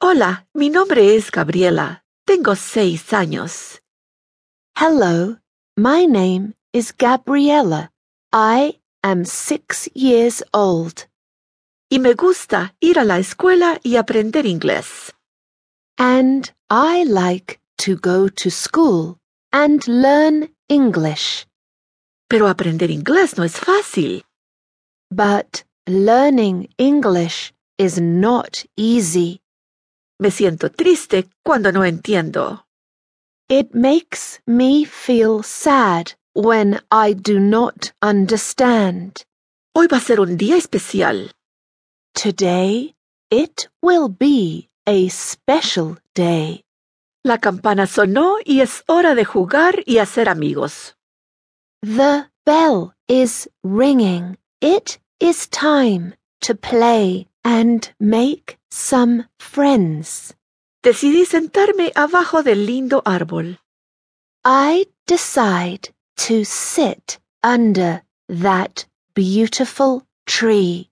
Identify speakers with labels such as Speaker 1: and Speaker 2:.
Speaker 1: Hola, mi nombre es Gabriela. Tengo seis años.
Speaker 2: Hello, my name is Gabriella. I am six years old,
Speaker 1: Y me gusta ir a la escuela y aprender inglés.
Speaker 2: and I like to go to school and learn English.
Speaker 1: Pero aprender inglés no es fácil.
Speaker 2: But learning English is not easy.
Speaker 1: Me siento triste cuando no entiendo.
Speaker 2: It makes me feel sad when I do not understand.
Speaker 1: Hoy va a ser un día especial.
Speaker 2: Today, it will be a special day.
Speaker 1: La campana sonó y es hora de jugar y hacer amigos.
Speaker 2: The bell is ringing. It is time to play and make some friends.
Speaker 1: Decidí sentarme abajo del lindo árbol.
Speaker 2: I decide to sit under that beautiful tree.